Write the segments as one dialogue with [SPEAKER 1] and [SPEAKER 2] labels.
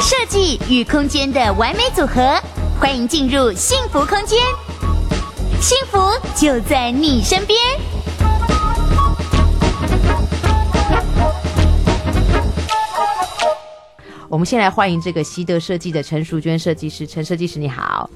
[SPEAKER 1] 设计与空间的完美组合，欢迎进入幸福空间，幸福就在你身边。
[SPEAKER 2] 我们先来欢迎这个习德设计的陈淑娟设计师，陈设计师你好，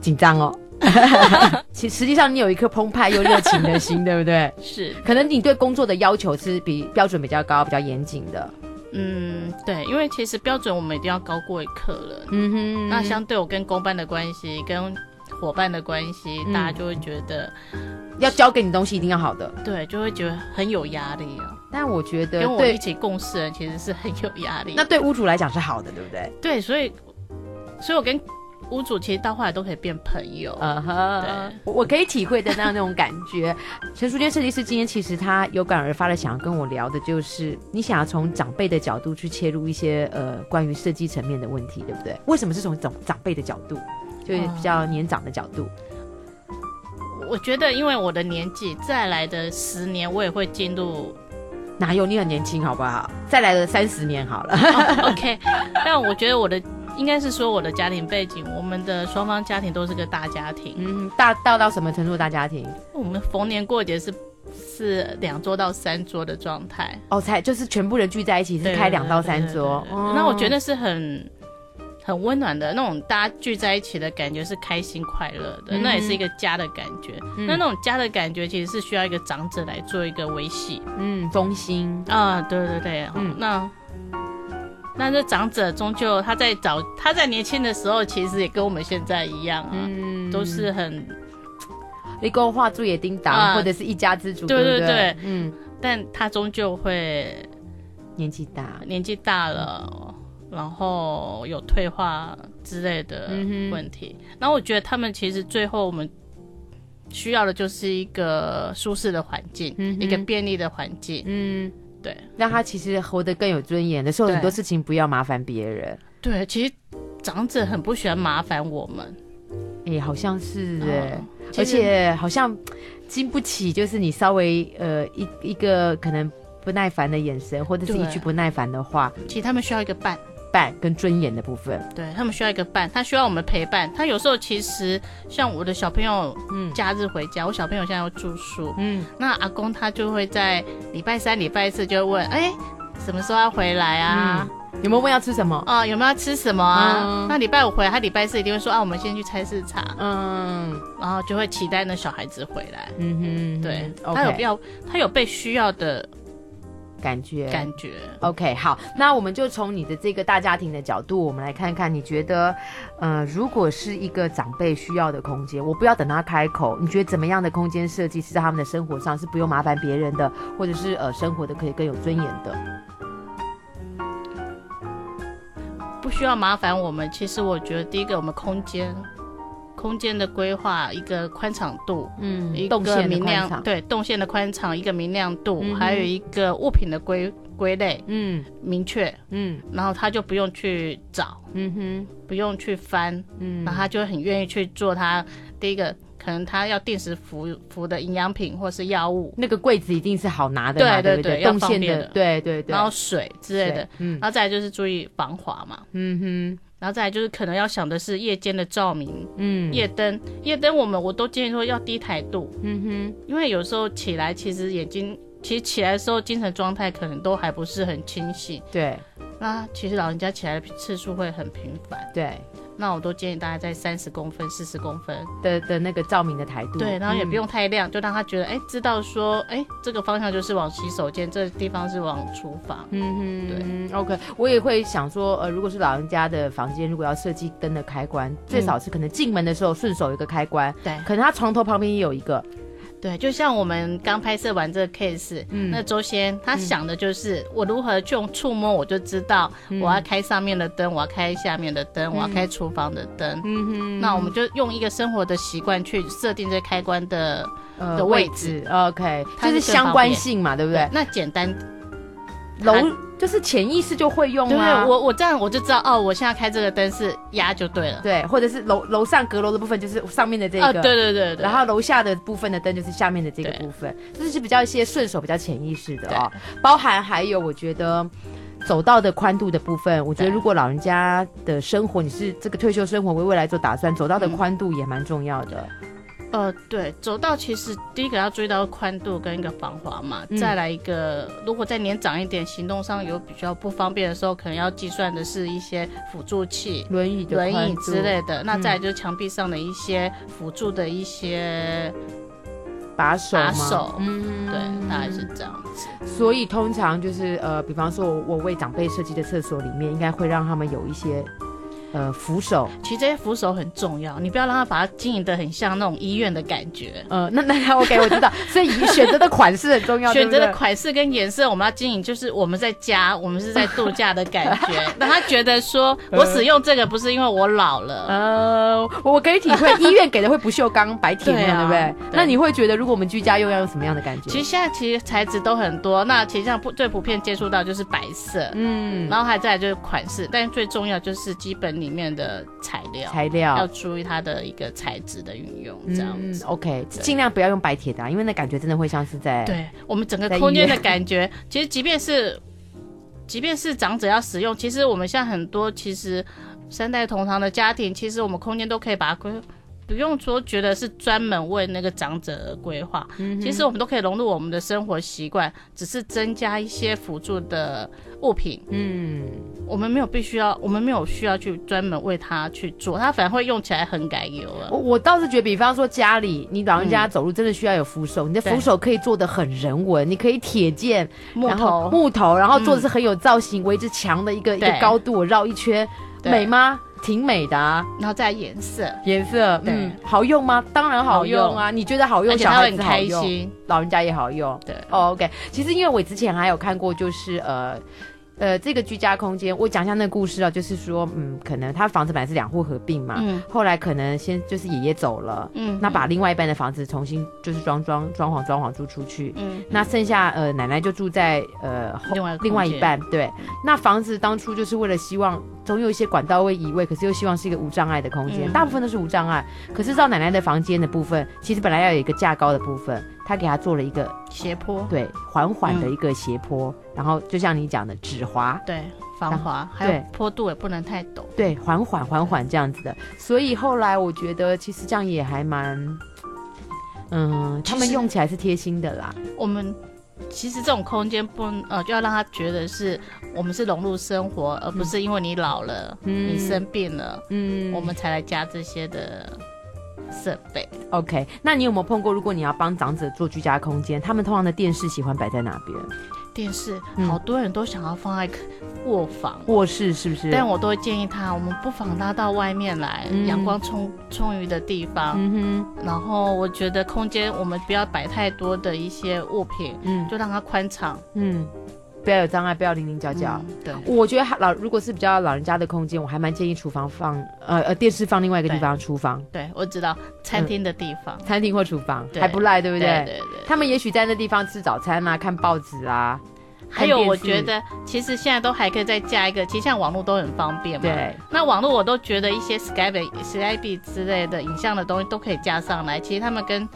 [SPEAKER 2] 紧张哦。 其实际上你有一颗澎湃又热情的心，对不对？
[SPEAKER 3] 是，
[SPEAKER 2] 可能你对工作的要求是比标准比较高、比较严谨的。
[SPEAKER 3] 嗯，对，因为其实标准我们一定要高过客人，
[SPEAKER 2] 嗯哼
[SPEAKER 3] 那相对我跟公办的关系，跟伙伴的关系，
[SPEAKER 2] 嗯
[SPEAKER 3] 大家就会觉得，
[SPEAKER 2] 要教给你东西一定要好的。
[SPEAKER 3] 对，就会觉得很有压力啊。
[SPEAKER 2] 但我觉得
[SPEAKER 3] 跟我一
[SPEAKER 2] 对
[SPEAKER 3] 起共事的人其实是很有压力。
[SPEAKER 2] 那对屋主来讲是好的，对不对？
[SPEAKER 3] 对，所以，所以我跟屋主其实到后来都可以变朋友。
[SPEAKER 2] 嗯哼
[SPEAKER 3] 对，
[SPEAKER 2] 我我可以体会得到那种感觉。陈淑娟设计师今天其实他有感而发的想要跟我聊的就是，你想要从长辈的角度去切入一些呃关于设计层面的问题，对不对？为什么是从长长辈的角度，就是
[SPEAKER 3] 哦
[SPEAKER 2] 比较年长的角度？
[SPEAKER 3] 我觉得，因为我的年纪，再来的十年，我也会进 入、
[SPEAKER 2] 哪有你很年轻，好不好？再来了三十年好了，
[SPEAKER 3] 哦 OK。但我觉得我的应该是说我的家庭背景，我们的双方家庭都是个大家庭，
[SPEAKER 2] 嗯， 大到到什么程度？大家庭
[SPEAKER 3] 我们逢年过节是是两桌到三桌的状态，
[SPEAKER 2] 哦，才就是全部人聚在一起是
[SPEAKER 3] 对
[SPEAKER 2] 开两到三桌
[SPEAKER 3] 对。对对
[SPEAKER 2] 哦
[SPEAKER 3] 那我觉得是很很温暖的那种，大家聚在一起的感觉是开心快乐的，
[SPEAKER 2] 嗯
[SPEAKER 3] 那也是一个家的感觉。
[SPEAKER 2] 嗯
[SPEAKER 3] 那那种家的感觉其实是需要一个长者来做一个维系
[SPEAKER 2] 嗯，中心
[SPEAKER 3] 啊，对对对，
[SPEAKER 2] 嗯
[SPEAKER 3] 嗯，那。那这长者终究他在早他在年轻的时候，其实也跟我们现在一样啊，
[SPEAKER 2] 嗯
[SPEAKER 3] 都是很
[SPEAKER 2] 一个画柱也叮当，
[SPEAKER 3] 啊
[SPEAKER 2] 或者是一家之主，
[SPEAKER 3] 对
[SPEAKER 2] 对
[SPEAKER 3] 对
[SPEAKER 2] 不
[SPEAKER 3] 对
[SPEAKER 2] 嗯。
[SPEAKER 3] 但他终究会
[SPEAKER 2] 年纪大，
[SPEAKER 3] 年纪大了，然后有退化之类的
[SPEAKER 2] 嗯哼
[SPEAKER 3] 问题。那、我觉得他们其实最后我们需要的就是一个舒适的环境，
[SPEAKER 2] 嗯哼
[SPEAKER 3] 一个便利的环境。
[SPEAKER 2] 嗯，
[SPEAKER 3] 对
[SPEAKER 2] 让他其实活得更有尊严的时候，很多
[SPEAKER 3] 对
[SPEAKER 2] 事情不要麻烦别人。
[SPEAKER 3] 对，其实长者很不喜欢麻烦我们，
[SPEAKER 2] 哎、好像是
[SPEAKER 3] 嗯
[SPEAKER 2] 哎、而
[SPEAKER 3] 其实
[SPEAKER 2] 且好像经不起，就是你稍微呃一一个可能不耐烦的眼神，或者是
[SPEAKER 3] 对
[SPEAKER 2] 一句不耐烦的话，
[SPEAKER 3] 其实他们需要一个伴，
[SPEAKER 2] 伴跟尊严的部分。
[SPEAKER 3] 对他们需要一个伴，他需要我们陪伴。他有时候其实像我的小朋友
[SPEAKER 2] 嗯
[SPEAKER 3] 假日回家，我小朋友现在要住宿，
[SPEAKER 2] 嗯，
[SPEAKER 3] 那阿公他就会在礼拜三、礼拜四就会问，哎、什么时候要回来啊？
[SPEAKER 2] 有没有问要吃什么？
[SPEAKER 3] 哦、有没有要吃什么啊？
[SPEAKER 2] 嗯
[SPEAKER 3] 那礼拜五回来，他礼拜四一定会说啊，我们先去菜市场，
[SPEAKER 2] 嗯
[SPEAKER 3] 然后就会期待那小孩子回来。
[SPEAKER 2] 嗯哼，
[SPEAKER 3] 对，
[SPEAKER 2] o
[SPEAKER 3] 他有
[SPEAKER 2] k
[SPEAKER 3] 必要，他有被需要的
[SPEAKER 2] 感觉
[SPEAKER 3] 感觉。
[SPEAKER 2] OK，好，那我们就从你的这个大家庭的角度，我们来看看，你觉得，呃，如果是一个长辈需要的空间，我不要等他开口，你觉得怎么样的空间设计是在他们的生活上是不用麻烦别人的，或者是呃，生活的可以更有尊严的？
[SPEAKER 3] 不需要麻烦我们。其实我觉得第一个，我们空间，空间的规划，一个宽敞度，
[SPEAKER 2] 嗯
[SPEAKER 3] 一
[SPEAKER 2] 动
[SPEAKER 3] 个
[SPEAKER 2] 线的
[SPEAKER 3] 明
[SPEAKER 2] 宽
[SPEAKER 3] 亮，
[SPEAKER 2] 敞，
[SPEAKER 3] 对，动线的宽敞，一个明亮度，
[SPEAKER 2] 嗯哼
[SPEAKER 3] 还有一个物品的归归类
[SPEAKER 2] 嗯
[SPEAKER 3] 明确，
[SPEAKER 2] 嗯
[SPEAKER 3] 然后他就不用去找，
[SPEAKER 2] 嗯哼，
[SPEAKER 3] 不用去翻，
[SPEAKER 2] 嗯
[SPEAKER 3] 然后他就很愿意去做他第一个，可能他要定时服服的营养品或是药物，
[SPEAKER 2] 那个柜子一定是好拿的嘛，
[SPEAKER 3] 对
[SPEAKER 2] 不
[SPEAKER 3] 对
[SPEAKER 2] 对？
[SPEAKER 3] 对
[SPEAKER 2] 动线
[SPEAKER 3] 要方便的
[SPEAKER 2] 对对对，
[SPEAKER 3] 然后水之类的
[SPEAKER 2] 对，，嗯
[SPEAKER 3] 然后再来就是注意防滑嘛，
[SPEAKER 2] 嗯
[SPEAKER 3] 然后再来就是可能要想的是夜间的照明，
[SPEAKER 2] 哼，嗯
[SPEAKER 3] 夜灯，夜灯我们我都建议说要低台度，
[SPEAKER 2] 嗯哼，
[SPEAKER 3] 因为有时候起来其实眼睛。其实起来的时候，精神状态可能都还不是很清醒。
[SPEAKER 2] 对
[SPEAKER 3] 那其实老人家起来的次数会很频繁。
[SPEAKER 2] 对
[SPEAKER 3] 那我都建议大家在三十公分、四十公分，
[SPEAKER 2] 的的那个照明的态度，
[SPEAKER 3] 对，然后也
[SPEAKER 2] 嗯
[SPEAKER 3] 不用太亮，就让他觉得，哎，知道说，哎，这个方向就是往洗手间，这个地方是往厨房。
[SPEAKER 2] 嗯
[SPEAKER 3] 对
[SPEAKER 2] 哼，对，OK，我也会想说，呃，如果是老人家的房间，如果要设计灯的开关，最少是可能进门的时候顺手有一个开关，
[SPEAKER 3] 对
[SPEAKER 2] 可能他床头旁边也有一个，
[SPEAKER 3] 对，就像我们刚拍摄完这个 case，、那
[SPEAKER 2] 嗯
[SPEAKER 3] 周先他想的就是、我如何去用触摸，我就知道
[SPEAKER 2] 嗯
[SPEAKER 3] 我要开上面的灯，我要开下面的灯，我要开厨房的灯。
[SPEAKER 2] 嗯哼，
[SPEAKER 3] 那我们就用一个生活的习惯去设定这开关的，
[SPEAKER 2] 呃
[SPEAKER 3] 的位置
[SPEAKER 2] ，OK，
[SPEAKER 3] 它
[SPEAKER 2] 就是是
[SPEAKER 3] 更
[SPEAKER 2] 相
[SPEAKER 3] 方
[SPEAKER 2] 关
[SPEAKER 3] 便
[SPEAKER 2] 性嘛，对不对？啊
[SPEAKER 3] 那简单
[SPEAKER 2] 楼就是潜意识就会用
[SPEAKER 3] 对
[SPEAKER 2] 啊。
[SPEAKER 3] 我我这样我就知道哦，我现在开这个灯是压就对了。
[SPEAKER 2] 对，或者是楼楼上阁楼的部分就是上面的这个，
[SPEAKER 3] 啊，对对对对，
[SPEAKER 2] 然后楼下的部分的灯就是下面的这个
[SPEAKER 3] 对
[SPEAKER 2] 部分，这是比较一些顺手、比较潜意识的哦。包含还有我觉得走道的宽度的部分，我觉得
[SPEAKER 3] 对
[SPEAKER 2] 如果老人家的生活你是这个退休生活为未来做打算，走道的宽度也蛮重要的。
[SPEAKER 3] 呃，对，走道其实第一个要注意到宽度跟一个防滑嘛，
[SPEAKER 2] 嗯
[SPEAKER 3] 再来一个，如果再年长一点，行动上有比较不方便的时候，可能要计算的是一些辅助器、
[SPEAKER 2] 轮椅的
[SPEAKER 3] 轮
[SPEAKER 2] 宽
[SPEAKER 3] 椅
[SPEAKER 2] 度嗯
[SPEAKER 3] 之，类的。那再来就是墙壁上的一些辅助的一些
[SPEAKER 2] 把手吗
[SPEAKER 3] 把手，
[SPEAKER 2] 嗯
[SPEAKER 3] 对，大概是这样子。
[SPEAKER 2] 所以通常就是呃，比方说我我为长辈设计的厕所里面，应该会让他们有一些呃扶手。
[SPEAKER 3] 其实这些扶手很重要，你不要让它把它经营的很像那种医院的感觉。
[SPEAKER 2] 呃，那那 OK，我知道， 所以选择的款式很重要，
[SPEAKER 3] 选择
[SPEAKER 2] 对
[SPEAKER 3] 的
[SPEAKER 2] 不对
[SPEAKER 3] 款式跟颜色，我们要经营，就是我们在家，我们是在度假的感觉。 让他觉得说，我使用这个不是因为我老了，
[SPEAKER 2] 呃，我可以体会，医院给的会不锈钢、白铁那样，对不
[SPEAKER 3] 对啊
[SPEAKER 2] 对？
[SPEAKER 3] 对
[SPEAKER 2] 那你会觉得，如果我们居家用，要有什么样的感觉？
[SPEAKER 3] 其实现在其实材质都很多，那其实上普最普遍接触到就是白色，
[SPEAKER 2] 嗯，
[SPEAKER 3] 然后还再来就是款式，但是最重要就是基本里面的材料，
[SPEAKER 2] 材
[SPEAKER 3] 要
[SPEAKER 2] 料嗯
[SPEAKER 3] 注意它的一个材质的运用，这样子。
[SPEAKER 2] ，OK，尽量不要用白铁的啊，因为那感觉真的会像是在
[SPEAKER 3] 对我们整个
[SPEAKER 2] 哎在
[SPEAKER 3] 空
[SPEAKER 2] 医
[SPEAKER 3] 间的
[SPEAKER 2] 院
[SPEAKER 3] 感觉， 其实即便是即便是长者要使用，其实我们现在很多其实三代同堂的家庭，其实我们空间都可以把它规。不用说，觉得是专门为那个长者而规划，
[SPEAKER 2] 嗯
[SPEAKER 3] 其实我们都可以融入我们的生活习惯，只是增加一些辅助的物品。
[SPEAKER 2] 嗯，
[SPEAKER 3] 我们没有必须要，我们没有需要去专门为他去做，他反而会用起来很改油啊
[SPEAKER 2] 我。我倒是觉得，比方说家里你老人家走路真的需要有扶手，你的扶
[SPEAKER 3] 嗯对
[SPEAKER 2] 手可以做的很人文，你可以铁件、
[SPEAKER 3] 木
[SPEAKER 2] 然后
[SPEAKER 3] 头，嗯
[SPEAKER 2] 木头，然后做的是很有造型，围着墙的一个一个
[SPEAKER 3] 对
[SPEAKER 2] 高度，我绕一圈，
[SPEAKER 3] 对
[SPEAKER 2] 美吗？挺美的啊。
[SPEAKER 3] 然后再来颜色，
[SPEAKER 2] 颜色，
[SPEAKER 3] 对
[SPEAKER 2] 嗯，好用吗？当然好用啊！你觉得好用，
[SPEAKER 3] 而且
[SPEAKER 2] 小
[SPEAKER 3] 他
[SPEAKER 2] 孩
[SPEAKER 3] 会很
[SPEAKER 2] 子好
[SPEAKER 3] 开
[SPEAKER 2] 用，
[SPEAKER 3] 心。
[SPEAKER 2] 老人家也好用。
[SPEAKER 3] 对，
[SPEAKER 2] 哦、o k 其实因为我之前还有看过，就是呃。呃，这个居家空间，我讲一下那个故事啊，就是说，嗯，可能他房子本来是两户合并嘛，
[SPEAKER 3] 嗯
[SPEAKER 2] 后来可能先就是爷爷走了，
[SPEAKER 3] 嗯
[SPEAKER 2] 那把另外一半的房子重新就是装装装潢装潢租出去，
[SPEAKER 3] 嗯
[SPEAKER 2] 那剩下呃奶奶就住在呃后
[SPEAKER 3] 另外一个
[SPEAKER 2] 另外
[SPEAKER 3] 空
[SPEAKER 2] 一
[SPEAKER 3] 间
[SPEAKER 2] 半对。那房子当初就是为了希望总有一些管道位移位，可是又希望是一个无障碍的空间，
[SPEAKER 3] 嗯
[SPEAKER 2] 大部分都是无障碍。可是到奶奶的房间的部分，其实本来要有一个架高的部分，他给她做了一个
[SPEAKER 3] 斜坡，
[SPEAKER 2] 对缓缓
[SPEAKER 3] 嗯
[SPEAKER 2] 的一个斜坡，然后就像你讲的止滑，
[SPEAKER 3] 对，防滑，还
[SPEAKER 2] 对
[SPEAKER 3] 有坡度也不能太陡。
[SPEAKER 2] 对缓缓缓缓这样子的。所以后来我觉得其实这样也还蛮，嗯，他
[SPEAKER 3] 其
[SPEAKER 2] 们
[SPEAKER 3] 实
[SPEAKER 2] 用起来是贴心的啦。
[SPEAKER 3] 我们其实这种空间不能呃，就要让他觉得是我们是融入生活，而不是因为你老了、
[SPEAKER 2] 嗯
[SPEAKER 3] 你生病了，
[SPEAKER 2] 嗯
[SPEAKER 3] 我们才来加这些的设备。
[SPEAKER 2] OK，那你有没有碰过？如果你要帮长者做居家空间，他们通常的电视喜欢摆在哪边？
[SPEAKER 3] 电视
[SPEAKER 2] 嗯
[SPEAKER 3] 好多人都想要放在客卧房。
[SPEAKER 2] 卧室是不是？
[SPEAKER 3] 但我都会建议他，我们不妨拉到外面来，
[SPEAKER 2] 嗯
[SPEAKER 3] 阳光充充裕的地方。
[SPEAKER 2] 嗯哼，
[SPEAKER 3] 然后我觉得空间我们不要摆太多的一些物品，
[SPEAKER 2] 嗯
[SPEAKER 3] 就让它宽敞。
[SPEAKER 2] 嗯，不要有障碍，不要零零角角。
[SPEAKER 3] 嗯对，
[SPEAKER 2] 我觉得老如果是比较老人家的空间，我还蛮建议厨房放呃呃电视放另外一个地方，厨房、
[SPEAKER 3] 对，我知道餐厅的地方，
[SPEAKER 2] 餐厅或厨房
[SPEAKER 3] 对
[SPEAKER 2] 还不嗯赖，对不
[SPEAKER 3] 对
[SPEAKER 2] 对？
[SPEAKER 3] 对对。
[SPEAKER 2] 他们也许在那地方吃早餐啊，看报纸啊，
[SPEAKER 3] 还有，
[SPEAKER 2] 看电视
[SPEAKER 3] 我觉得其实现在都还可以再加一个，其实现在网络都很方便嘛。。
[SPEAKER 2] 对，
[SPEAKER 3] 那网络我都觉得一些 Skype、Skype 之类的影像的东西都可以加上来。其实他们跟，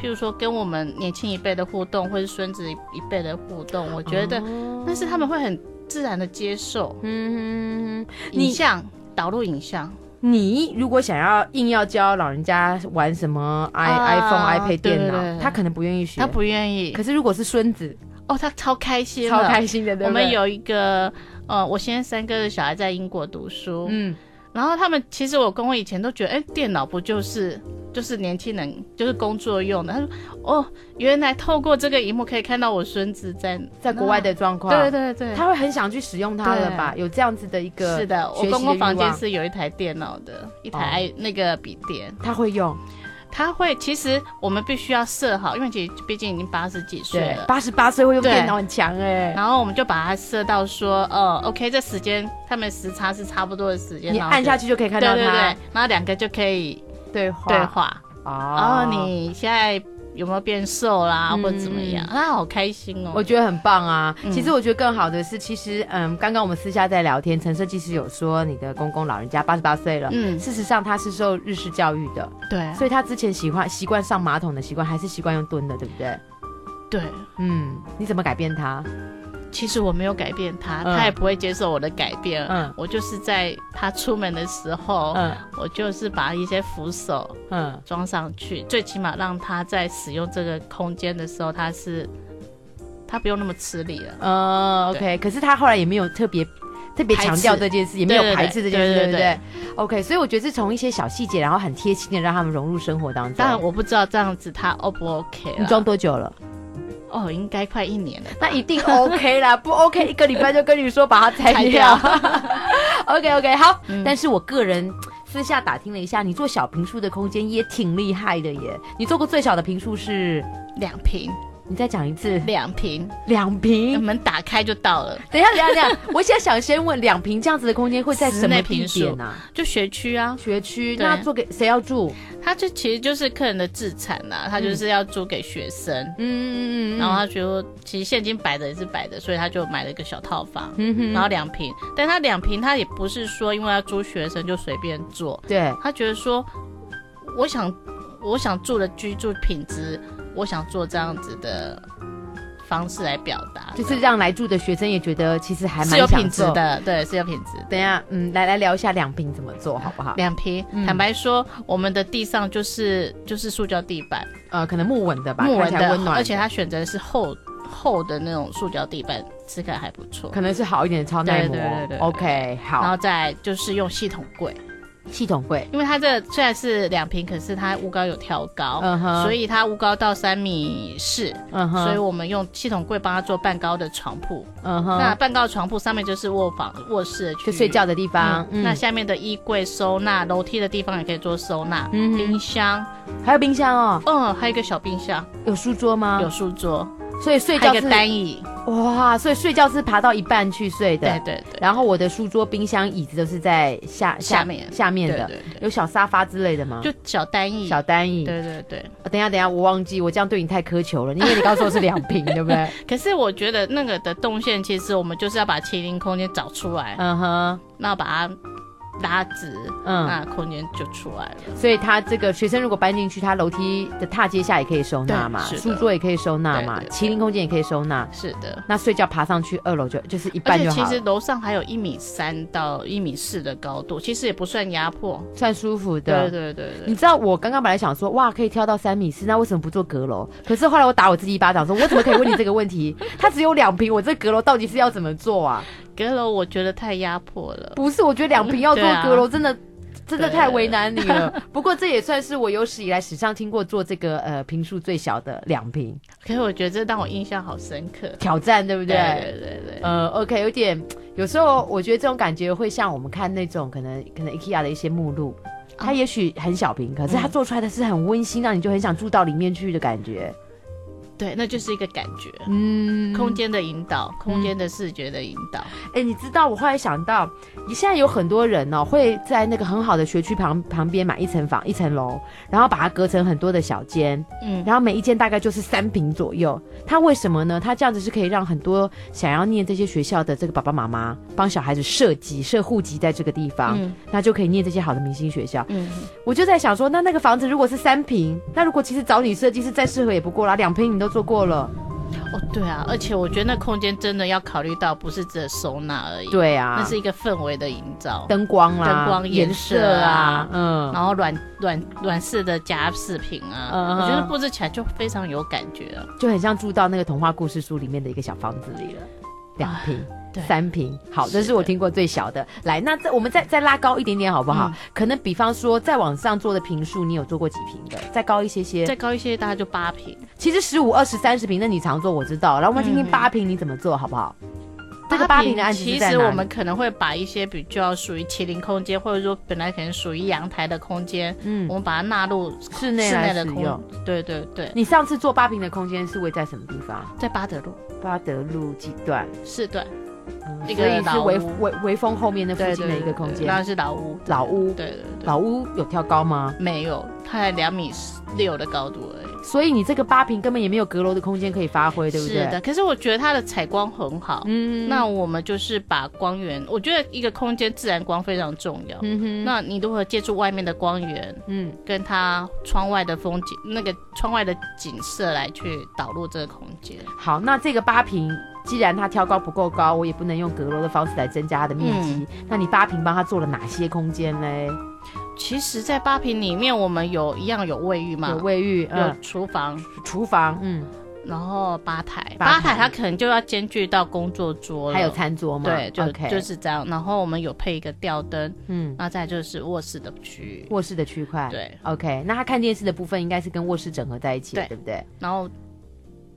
[SPEAKER 3] 譬如说跟我们年轻一辈的互动，或是孙子一辈的互动，我觉得
[SPEAKER 2] 哦
[SPEAKER 3] 但是他们会很自然的接受
[SPEAKER 2] 嗯哼。你
[SPEAKER 3] 影像。导入影像
[SPEAKER 2] 你如果想要硬要教老人家玩什么 i、
[SPEAKER 3] 啊
[SPEAKER 2] iPhone、iPad
[SPEAKER 3] 对
[SPEAKER 2] 电
[SPEAKER 3] 对
[SPEAKER 2] 脑，
[SPEAKER 3] 对
[SPEAKER 2] 他可能不愿意学。
[SPEAKER 3] 他不愿意
[SPEAKER 2] 可是如果是孙子，
[SPEAKER 3] 哦，他超开心
[SPEAKER 2] 超
[SPEAKER 3] 了。
[SPEAKER 2] 开心的，对
[SPEAKER 3] 我
[SPEAKER 2] 不对
[SPEAKER 3] 们，有一个呃，我先生三哥的小孩在英国读书，
[SPEAKER 2] 嗯，
[SPEAKER 3] 然后他们其实我跟我以前都觉得，哎，电脑不就是就是年轻人就是工作用的？他说，哦，原来透过这个荧幕可以看到我孙子在
[SPEAKER 2] 在国外的状况，
[SPEAKER 3] 对对对，
[SPEAKER 2] 他会很想去使用它了吧？有这样子的一个
[SPEAKER 3] 是的，我
[SPEAKER 2] 学习
[SPEAKER 3] 公公
[SPEAKER 2] 欲
[SPEAKER 3] 房间
[SPEAKER 2] 望
[SPEAKER 3] 是有一台电脑的，一
[SPEAKER 2] 哦
[SPEAKER 3] 台、那个笔电，
[SPEAKER 2] 他会用，
[SPEAKER 3] 他会其实我们必须要设好，因为其实毕竟已经八十几岁
[SPEAKER 2] 对
[SPEAKER 3] 了，。
[SPEAKER 2] 八十八岁会用
[SPEAKER 3] 对
[SPEAKER 2] 电脑很强哎、
[SPEAKER 3] 然后我们就把它设到说，呃，OK，这时间他们时差是差不多的时间，
[SPEAKER 2] 你
[SPEAKER 3] 然后
[SPEAKER 2] 按
[SPEAKER 3] 就
[SPEAKER 2] 下去就可以看到
[SPEAKER 3] 对对
[SPEAKER 2] 他
[SPEAKER 3] 对，然后两个就可以
[SPEAKER 2] 对话
[SPEAKER 3] 对话。
[SPEAKER 2] 哦
[SPEAKER 3] 哦，你现在有没有变瘦啦，
[SPEAKER 2] 嗯
[SPEAKER 3] 或者怎么样，他好开心哦。
[SPEAKER 2] 我觉得很棒啊！其实我觉得更好的是，其实嗯，刚刚我们私下在聊天，陈设计师有说你的公公老人家八十八岁了，
[SPEAKER 3] 嗯
[SPEAKER 2] 事实上他是受日式教育的，
[SPEAKER 3] 得对
[SPEAKER 2] 所以他之前喜欢习惯上马桶的习惯，还是习惯用蹲的，对不对？
[SPEAKER 3] 对，
[SPEAKER 2] 嗯，你怎么改变他？
[SPEAKER 3] 其实我没有改变他，
[SPEAKER 2] 嗯
[SPEAKER 3] 他也不会接受我的改变。
[SPEAKER 2] 嗯
[SPEAKER 3] 我就是在他出门的时候，
[SPEAKER 2] 嗯
[SPEAKER 3] 我就是把一些扶手
[SPEAKER 2] 嗯，
[SPEAKER 3] 装上去，最起码让他在使用这个空间的时候，他是他不用那么吃力了。
[SPEAKER 2] 呃，OK，可是他后来也没有特别特别强调这件事，也没有排斥这件事，
[SPEAKER 3] 对
[SPEAKER 2] 不
[SPEAKER 3] 对对
[SPEAKER 2] 对？OK，所以我觉得是从一些小细节，然后很贴心的让他们融入生活当啊中。
[SPEAKER 3] 当然，我不知道这样子他 O 不 OK
[SPEAKER 2] 你
[SPEAKER 3] 了。
[SPEAKER 2] 装多久了？
[SPEAKER 3] 哦，应该快一年了吧。
[SPEAKER 2] 那一 定 OK 啦，不 OK 一个礼拜就跟你说把它拆掉。OK 嗯 OK 好，但是我个人私下打听了一下，你做小平数的空间也挺厉害的耶。你做过最小的平数是？
[SPEAKER 3] 两瓶，
[SPEAKER 2] 你再讲一次，
[SPEAKER 3] 两瓶，
[SPEAKER 2] 两平。
[SPEAKER 3] 门打开就到了，
[SPEAKER 2] 等一下，等一下，等一下，我现在想先问，两平这样子的空间会在什么地
[SPEAKER 3] 室内
[SPEAKER 2] 点
[SPEAKER 3] 平
[SPEAKER 2] 啊？
[SPEAKER 3] 就学区啊。
[SPEAKER 2] 学区？
[SPEAKER 3] 对
[SPEAKER 2] 那做给谁要住？
[SPEAKER 3] 他就其实就是客人的自产呐、他就是
[SPEAKER 2] 嗯
[SPEAKER 3] 要租给学生。
[SPEAKER 2] 嗯嗯嗯
[SPEAKER 3] 然后他觉得其实现金摆着也是摆着，所以他就买了一个小套房，
[SPEAKER 2] 嗯哼
[SPEAKER 3] 然后两平，但他两平他也不是说因为要租学生就随便做，
[SPEAKER 2] 对，
[SPEAKER 3] 他觉得说我想我想住的居住品质，我想做这样子的方式来表达，
[SPEAKER 2] 就是让来住的学生也觉得其实还蛮
[SPEAKER 3] 是有
[SPEAKER 2] 享
[SPEAKER 3] 品质
[SPEAKER 2] 受。
[SPEAKER 3] 的，对，是有品质的。
[SPEAKER 2] 等一下，嗯，来来聊一下两平怎么做好不好？
[SPEAKER 3] 两平，
[SPEAKER 2] 嗯
[SPEAKER 3] 坦白说，我们的地上就是就是塑胶地板，
[SPEAKER 2] 呃，可能木纹的吧，
[SPEAKER 3] 木纹
[SPEAKER 2] 看起来
[SPEAKER 3] 的
[SPEAKER 2] 温，暖，
[SPEAKER 3] 而且他选择的是厚厚的那种塑胶地板，质感还不错。
[SPEAKER 2] 可能是好一点的超耐磨。
[SPEAKER 3] 对对对对对
[SPEAKER 2] OK，
[SPEAKER 3] 然
[SPEAKER 2] 好
[SPEAKER 3] 后，再就是用系统柜，
[SPEAKER 2] 系统柜，
[SPEAKER 3] 因为它这虽然是两平，可是它屋高有调高，
[SPEAKER 2] 嗯哼
[SPEAKER 3] 所以它屋高到三米四。
[SPEAKER 2] 嗯
[SPEAKER 3] 所以
[SPEAKER 2] 哼，
[SPEAKER 3] 我们用系统柜帮他做半高的床铺，
[SPEAKER 2] 嗯
[SPEAKER 3] 那
[SPEAKER 2] 哼，
[SPEAKER 3] 半高的床铺上面就是卧房、卧室的区域
[SPEAKER 2] 就睡觉的地方
[SPEAKER 3] 嗯，那
[SPEAKER 2] 嗯，
[SPEAKER 3] 下面的衣柜收纳、楼梯的地方也可以做收纳，
[SPEAKER 2] 嗯哼
[SPEAKER 3] 冰箱，
[SPEAKER 2] 还有冰箱哦，
[SPEAKER 3] 哦，还有一个小冰箱，
[SPEAKER 2] 有书桌吗
[SPEAKER 3] 有？书桌，
[SPEAKER 2] 所以嗯睡
[SPEAKER 3] 还有
[SPEAKER 2] 觉
[SPEAKER 3] 一
[SPEAKER 2] 是
[SPEAKER 3] 个单椅，
[SPEAKER 2] 哇，所以睡觉是爬到一半去睡
[SPEAKER 3] 对
[SPEAKER 2] 的。
[SPEAKER 3] 对对，
[SPEAKER 2] 然后我的书桌、冰箱、椅子都是在下
[SPEAKER 3] 下面
[SPEAKER 2] 下面的
[SPEAKER 3] 对对，对
[SPEAKER 2] 有小沙发之类的吗？
[SPEAKER 3] 就小单椅，
[SPEAKER 2] 小单椅。
[SPEAKER 3] 对对对。
[SPEAKER 2] 呃等一下，等一下，我忘记，我这样对你太苛求了，因为你刚说是两平，对不 对？
[SPEAKER 3] 可是我觉得那个的动线，其实我们就是要把麒麟空间找出来，
[SPEAKER 2] 嗯哼，
[SPEAKER 3] 那把它拉直，
[SPEAKER 2] 嗯
[SPEAKER 3] 那空间就出来了。
[SPEAKER 2] 所以他这个学生如果搬进去，他楼梯的踏阶下也可以收纳嘛，
[SPEAKER 3] 对是的
[SPEAKER 2] 书桌也可以收纳嘛，
[SPEAKER 3] 对对对
[SPEAKER 2] 麒麟空间也可以收纳。
[SPEAKER 3] 是的，
[SPEAKER 2] 那睡觉爬上去二楼就就是一
[SPEAKER 3] 而
[SPEAKER 2] 半
[SPEAKER 3] 且
[SPEAKER 2] 就
[SPEAKER 3] 其
[SPEAKER 2] 好
[SPEAKER 3] 实
[SPEAKER 2] 了，
[SPEAKER 3] 楼上还有一米三到一米四的高度，其实也不算压迫。
[SPEAKER 2] 算舒服的。
[SPEAKER 3] 对对对
[SPEAKER 2] 你
[SPEAKER 3] 对，
[SPEAKER 2] 知道我刚刚本来想说，哇，可以跳到三米四，那为什么不做阁楼？可是后来我打我自己一巴掌，说我怎么可以问你这个问题？ 它只有两平，我这阁楼到底是要怎么做啊？
[SPEAKER 3] 阁楼我觉得太压迫了。
[SPEAKER 2] 不是，我觉得两平要做
[SPEAKER 3] 对啊
[SPEAKER 2] 阁楼真的。真的
[SPEAKER 3] 对
[SPEAKER 2] 太为难你了。 不过这也算是我有史以来史上听过做这个呃平数最小的两平
[SPEAKER 3] 可是我觉得这让我印象好深刻。
[SPEAKER 2] 挑战，对不对？
[SPEAKER 3] 对对对对，
[SPEAKER 2] 呃，OK，有点，有时候我觉得这种感觉会像我们看那种可能可能 IKEA 的一些目录，
[SPEAKER 3] 哦
[SPEAKER 2] 它也许很小瓶，可是
[SPEAKER 3] 嗯
[SPEAKER 2] 它做出来的是很温馨，让你就很想住到里面去的感觉。
[SPEAKER 3] 对，那就是一个感觉，
[SPEAKER 2] 嗯，
[SPEAKER 3] 空间的引导，空间的视觉的引导。
[SPEAKER 2] 哎、你知道我后来想到，你现在有很多人哦，会在那个很好的学区旁旁边买一层房一层楼，然后把它隔成很多的小间，
[SPEAKER 3] 嗯，
[SPEAKER 2] 然后每一间大概就是三平左右。它为什么呢？它这样子是可以让很多想要念这些学校的这个爸爸妈妈帮小孩子设籍、设户籍在这个地方，
[SPEAKER 3] 嗯
[SPEAKER 2] 那就可以念这些好的明星学校。
[SPEAKER 3] 嗯，
[SPEAKER 2] 我就在想说，那那个房子如果是三平，那如果其实找你设计师再适合也不过啦，两平你都做过了。
[SPEAKER 3] 哦，对啊，而且我觉得那空间真的要考虑到，不是只有收纳而已，
[SPEAKER 2] 对啊，
[SPEAKER 3] 那是一个氛围的营造，
[SPEAKER 2] 灯光啦、
[SPEAKER 3] 灯光
[SPEAKER 2] 颜
[SPEAKER 3] 颜色
[SPEAKER 2] 色
[SPEAKER 3] 啊
[SPEAKER 2] 嗯。
[SPEAKER 3] 然后软软软式的夹饰品啊，
[SPEAKER 2] 嗯嗯
[SPEAKER 3] 我觉得
[SPEAKER 2] 嗯
[SPEAKER 3] 布置起来就非常有感觉了。
[SPEAKER 2] 就很像住到那个童话故事书里面的一个小房子里了，两平。
[SPEAKER 3] 啊对
[SPEAKER 2] 三平，好，
[SPEAKER 3] 是
[SPEAKER 2] 这是我
[SPEAKER 3] 的
[SPEAKER 2] 听过最小的。来，那再我们再再拉高一点点，好不好？
[SPEAKER 3] 嗯
[SPEAKER 2] 可能比方说再往上做的平数，你有做过几平的？再高一些些
[SPEAKER 3] 再。高一些，大概就八平，
[SPEAKER 2] 其实十五、二十、三十平，那你常做，我知道。然
[SPEAKER 3] 嗯
[SPEAKER 2] 后我们听听八平你怎么做，好不好？这个八平的案子
[SPEAKER 3] 其
[SPEAKER 2] 是在
[SPEAKER 3] 实
[SPEAKER 2] 哪
[SPEAKER 3] 我
[SPEAKER 2] 里
[SPEAKER 3] 们可能会把一些比较属于麒麟空间，或者说本来可能属于阳台的空间，
[SPEAKER 2] 嗯
[SPEAKER 3] 我们把它纳入
[SPEAKER 2] 室内
[SPEAKER 3] 室内
[SPEAKER 2] 来
[SPEAKER 3] 的
[SPEAKER 2] 使
[SPEAKER 3] 空
[SPEAKER 2] 用。，
[SPEAKER 3] 对对对，
[SPEAKER 2] 你上次做八平的空间是位在什么地方？
[SPEAKER 3] 在巴德路
[SPEAKER 2] 巴德路几段？
[SPEAKER 3] 是对，
[SPEAKER 2] 嗯
[SPEAKER 3] 一个
[SPEAKER 2] 所以是
[SPEAKER 3] 老
[SPEAKER 2] 微
[SPEAKER 3] 屋
[SPEAKER 2] 微微风后面那附
[SPEAKER 3] 对
[SPEAKER 2] 近
[SPEAKER 3] 对
[SPEAKER 2] 的
[SPEAKER 3] 对
[SPEAKER 2] 一个空
[SPEAKER 3] 对
[SPEAKER 2] 间
[SPEAKER 3] 当。然是老屋，
[SPEAKER 2] 老屋
[SPEAKER 3] 对对对，
[SPEAKER 2] 老屋有跳高吗？
[SPEAKER 3] 没有，它才两米四六的高度而已。
[SPEAKER 2] 所以你这个八平根本也没有阁楼的空间可以发挥，对不对？
[SPEAKER 3] 是的，可是我觉得它的采光很好。
[SPEAKER 2] 嗯，
[SPEAKER 3] 那我们就是把光源，我觉得一个空间自然光非常重要。
[SPEAKER 2] 嗯哼，
[SPEAKER 3] 那你如何借助外面的光源，
[SPEAKER 2] 嗯，
[SPEAKER 3] 跟它窗外的风景，那个窗外的景色来去导入这个空间？
[SPEAKER 2] 好，那这个八平，既然它挑高不够高，我也不能用阁楼的方式来增加它的面积。
[SPEAKER 3] 嗯
[SPEAKER 2] 那你八平帮它做了哪些空间嘞？
[SPEAKER 3] 其实，在八平里面，我们有一样有卫浴嘛，
[SPEAKER 2] 有卫浴，
[SPEAKER 3] 有
[SPEAKER 2] 嗯，
[SPEAKER 3] 厨房，
[SPEAKER 2] 厨房，嗯，
[SPEAKER 3] 然后吧台，
[SPEAKER 2] 吧台
[SPEAKER 3] 吧台它可能就要兼具到工作桌了
[SPEAKER 2] 嗯还有餐桌嘛，
[SPEAKER 3] 对，就
[SPEAKER 2] OK，
[SPEAKER 3] 就是这样。然后我们有配一个吊灯，
[SPEAKER 2] 嗯，
[SPEAKER 3] 那再就是卧室的区域，
[SPEAKER 2] 卧室的区块，
[SPEAKER 3] 对，
[SPEAKER 2] ，OK。那它看电视的部分应该是跟卧室整合在一起的，
[SPEAKER 3] 对
[SPEAKER 2] 对不对？
[SPEAKER 3] 然后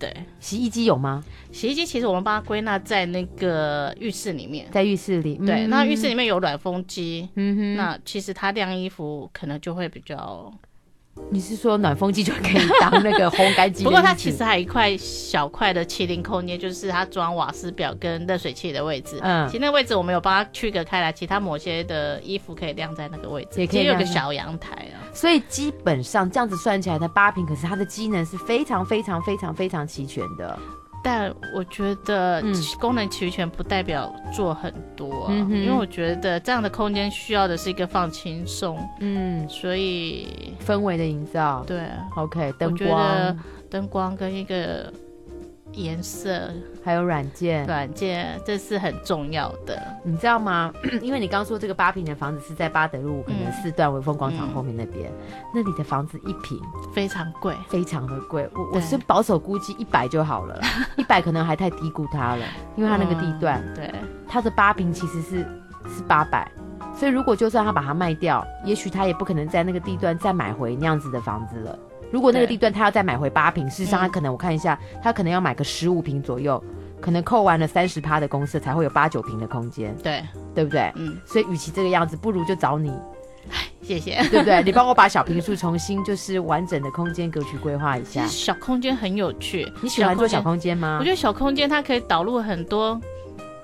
[SPEAKER 3] 对。
[SPEAKER 2] 洗衣机有吗？
[SPEAKER 3] 洗衣机其实我们把它归纳在那个浴室里面，
[SPEAKER 2] 在浴室里，
[SPEAKER 3] 对，
[SPEAKER 2] 嗯
[SPEAKER 3] 那浴室，里面有暖风机，
[SPEAKER 2] 嗯哼，
[SPEAKER 3] 那其实它晾衣服可能就会比较，
[SPEAKER 2] 你是说暖风机就可以当那个烘干机的意思？
[SPEAKER 3] 不过它其实还有一块小块的麒麟空间，就是它装瓦斯表跟热水器的位置，
[SPEAKER 2] 嗯
[SPEAKER 3] 其实那位置我们有帮它区隔开来，其他某些的衣服可以晾在那个位置，
[SPEAKER 2] 也可以
[SPEAKER 3] 其实有
[SPEAKER 2] 晾
[SPEAKER 3] 个
[SPEAKER 2] 在
[SPEAKER 3] 小阳台啊，
[SPEAKER 2] 所以基本上这样子算起来，它八平，可是它的机能是非常非常非常非常齐全的。
[SPEAKER 3] 但我觉得
[SPEAKER 2] 嗯
[SPEAKER 3] 功能齐全不代表做很多、啊，
[SPEAKER 2] 嗯哼
[SPEAKER 3] 因为我觉得这样的空间需要的是一个放轻松，
[SPEAKER 2] 嗯，
[SPEAKER 3] 所以
[SPEAKER 2] 氛围的营造
[SPEAKER 3] 对啊。
[SPEAKER 2] ，OK，
[SPEAKER 3] 我
[SPEAKER 2] 灯
[SPEAKER 3] 觉得
[SPEAKER 2] 光，
[SPEAKER 3] 灯光跟一个颜色
[SPEAKER 2] 还有软件，
[SPEAKER 3] 软件，这是很重要的。
[SPEAKER 2] 你知道吗？ 因为你刚说这个八平的房子是在八德路，可能
[SPEAKER 3] 嗯
[SPEAKER 2] 四段维风广场后面那边，那里的房子一平
[SPEAKER 3] 非常贵。
[SPEAKER 2] 非常的贵，我我
[SPEAKER 3] 对
[SPEAKER 2] 是保守估计一百就好了，一百可能还太低估它 了，因为它那个地段，
[SPEAKER 3] 对，
[SPEAKER 2] 它的八平其实是是八百，所以如果就算他把它卖掉，也许他也不可能在那个地段再买回那样子的房子了。如果那个
[SPEAKER 3] 对
[SPEAKER 2] 地段他要再买回八平，事实上他
[SPEAKER 3] 嗯
[SPEAKER 2] 可能我看一下，他可能要买个十五平左右，可能扣完了三十趴的公社才会有八九平的空间，
[SPEAKER 3] 对，
[SPEAKER 2] 对不对？
[SPEAKER 3] 嗯，
[SPEAKER 2] 所以与其这个样子，不如就找你，
[SPEAKER 3] 谢 谢。
[SPEAKER 2] 对不对？你帮我把小平数重新就是完整的空间格局规划一
[SPEAKER 3] 其
[SPEAKER 2] 下
[SPEAKER 3] 实。小空间很有趣，
[SPEAKER 2] 你喜欢做小空
[SPEAKER 3] 空
[SPEAKER 2] 间
[SPEAKER 3] 间，
[SPEAKER 2] 吗
[SPEAKER 3] 我觉？得小空间它可以导入很多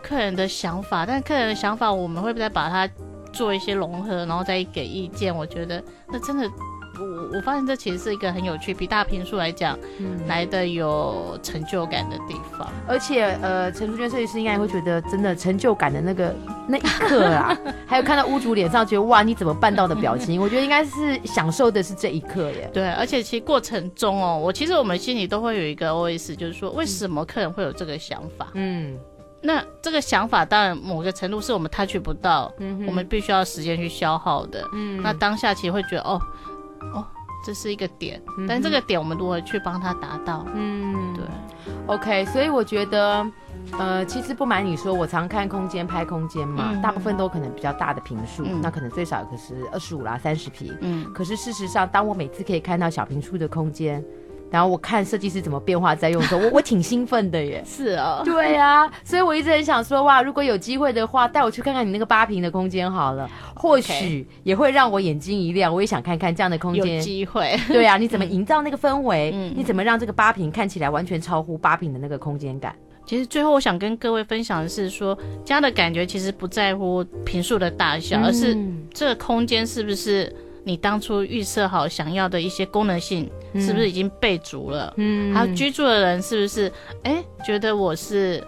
[SPEAKER 3] 客人的想法，但客人的想法我们会再把它做一些融合，然后再给意见。我觉得那真的。我我我发现这其实是一个很有趣，比大平数来讲
[SPEAKER 2] 嗯
[SPEAKER 3] 来的有成就感的地方。
[SPEAKER 2] 而且呃，陈淑娟设计师应该也会觉得，真的成就感的那个那一刻 啊，还有看到屋主脸上觉得哇你怎么办到的表情，我觉得应该是享受的是这一刻耶。
[SPEAKER 3] 对，而且其实过程中哦，我其实我们心里都会有一个 OS，就是说为什么客人会有这个想法？
[SPEAKER 2] 嗯
[SPEAKER 3] 那这个想法当然某个程度是我们 touch 不到，
[SPEAKER 2] 嗯哼
[SPEAKER 3] 我们必须要时间去消耗的。
[SPEAKER 2] 嗯
[SPEAKER 3] 那当下其实会觉得哦哦，这是一个点，但这个点我们如何去帮他达到？
[SPEAKER 2] 嗯
[SPEAKER 3] 对，
[SPEAKER 2] OK，所以我觉得。呃，其实不瞒你说，我常看空间拍空间嘛，
[SPEAKER 3] 嗯
[SPEAKER 2] 大部分都可能比较大的平数，
[SPEAKER 3] 嗯
[SPEAKER 2] 那可能最少也可是二十五啦、三十平。
[SPEAKER 3] 嗯，
[SPEAKER 2] 可是事实上，当我每次可以看到小平数的空间，然后我看设计师怎么变化在用的时候，我我挺兴奋的耶。
[SPEAKER 3] 是 哦，
[SPEAKER 2] 对呀、所以我一直很想说，哇，如果有机会的话，带我去看看你那个八平的空间好了，或许也会让我眼睛一亮，我也想看看这样的空
[SPEAKER 3] 有
[SPEAKER 2] 间。
[SPEAKER 3] 机会。
[SPEAKER 2] 对呀、你怎么营造那个氛围？
[SPEAKER 3] 嗯
[SPEAKER 2] 你怎么让这个八平看起来完全超乎八平的那个空间感？
[SPEAKER 3] 其实最后我想跟各位分享的是说，家的感觉其实不在乎平数的大小，而是
[SPEAKER 2] 嗯
[SPEAKER 3] 这个空间是不是你当初预设好想要的一些功能性，是不是已经备足了？
[SPEAKER 2] 嗯
[SPEAKER 3] 还有居住的人是不是哎、觉得我是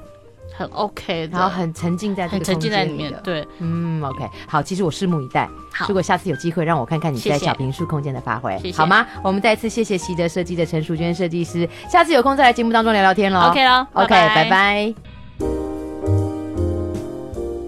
[SPEAKER 3] 很 OK 的，
[SPEAKER 2] 然后很沉浸在这
[SPEAKER 3] 很
[SPEAKER 2] 个
[SPEAKER 3] 沉浸在里
[SPEAKER 2] 空间
[SPEAKER 3] 面
[SPEAKER 2] 的。
[SPEAKER 3] 对，
[SPEAKER 2] 嗯，OK，好，其实我拭目以待。
[SPEAKER 3] 好
[SPEAKER 2] 如，果下次有机会让我看看你
[SPEAKER 3] 谢
[SPEAKER 2] 在
[SPEAKER 3] 谢
[SPEAKER 2] 小平数空间的发挥，
[SPEAKER 3] 谢谢
[SPEAKER 2] 好吗？我们再次谢谢习德设计的陈淑娟设计师，下次有空再来节目当中聊聊天喽。
[SPEAKER 3] OK 咯拜
[SPEAKER 2] OK，
[SPEAKER 3] 拜
[SPEAKER 2] 拜拜